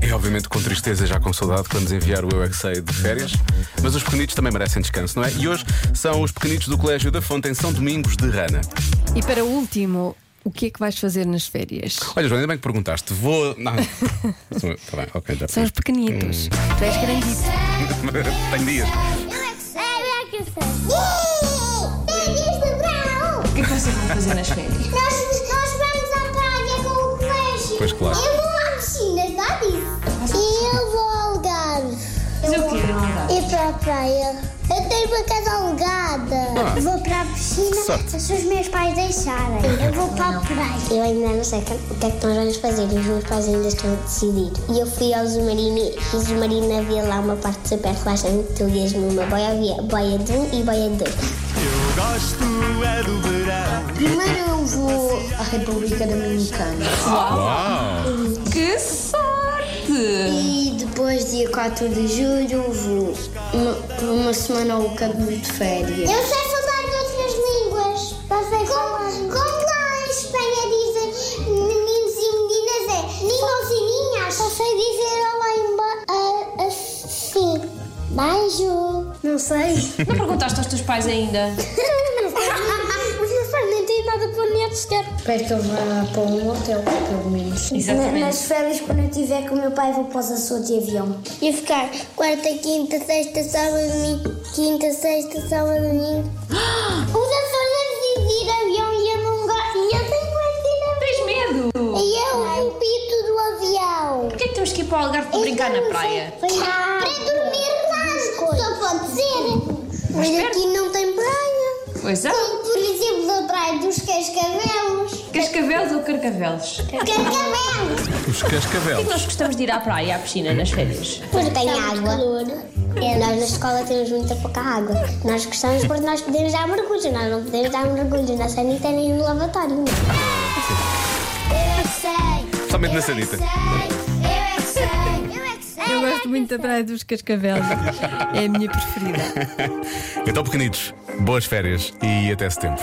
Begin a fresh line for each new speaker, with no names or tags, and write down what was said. É obviamente com tristeza e já com saudade que vamos enviar o Eu é Que Sei de férias, mas os pequenitos também merecem descanso, não é? E hoje são os pequenitos do Colégio da Fonte em São Domingos de Rana.
E para último, o que é que vais fazer nas férias?
Olha, Joana, ainda bem que perguntaste. Vou. Não. Está bem, ok, já
São os
percebi.
pequenitos. Tu és
Hum.
grandito.
Tem dias.
Eu é que sei, eu é que sei. Férias de verão!
O que é que vocês vão fazer nas férias?
Nós, nós vamos à praia com o colégio.
Pois claro.
Eu vou à piscina, já disse. E eu vou alugar.
Fazer o quê? Não dá.
Ir para a praia. Eu tenho uma casa alugada.
Ah.
Vou para a piscina
Sorte.
se os meus pais deixarem. Eu vou para a praia. Eu ainda não sei o que é que nós vamos fazer. Os meus pais ainda estão a decidir. E eu fui ao Zumarino e o Zumarino havia lá uma parte super relaxante. Tu ias numa boia, havia boia de um e boia de dois.
Eu gosto é do verão.
Primeiro eu vou à República Dominicana.
Uau!
Que sorte!
E depois, dia 4 de julho, vou uma, uma semana ao caminho de férias. Eu sei falar outras línguas. Como, como lá em Espanha dizem meninos e meninas, é meninos e meninas. Só sei dizer olá em assim. Beijo. Não sei.
Não perguntaste aos teus pais ainda?
Não tenho nada planeado sequer. Espero que eu vá para um hotel, pelo menos.
Exatamente.
Nas férias, quando eu estiver com o meu pai, vou para os Açores de avião. E ficar quarta, quinta, sexta, sábado, domingo. Quinta, sexta, sábado, domingo. Os Açores devem ir de avião e eu não gosto. E eu tenho mais de ir
Tens medo? O
E eu vou pito do avião.
que é que temos que ir para o Algarve para brincar na praia?
Para dormir lá, só pode ser. Mas aqui não tem praia.
Pois é.
Como, por exemplo, a praia dos cascavelos.
Cascavelos ou carcavelos? O
Cascavelos!
Os
que é que
cascavelos.
nós gostamos de ir à praia, à piscina, nas férias?
Porque tem água. É, nós na escola temos muita pouca água. Nós gostamos porque nós podemos dar mergulho. Nós não podemos dar mergulho na sanita nem no lavatório. Eu é que sei.
Somente na sanita.
Eu é que sei. Eu é que sei.
Eu gosto muito da Praia dos Cascavelos. É a minha preferida.
Então, pequenitos, boas férias e até setembro.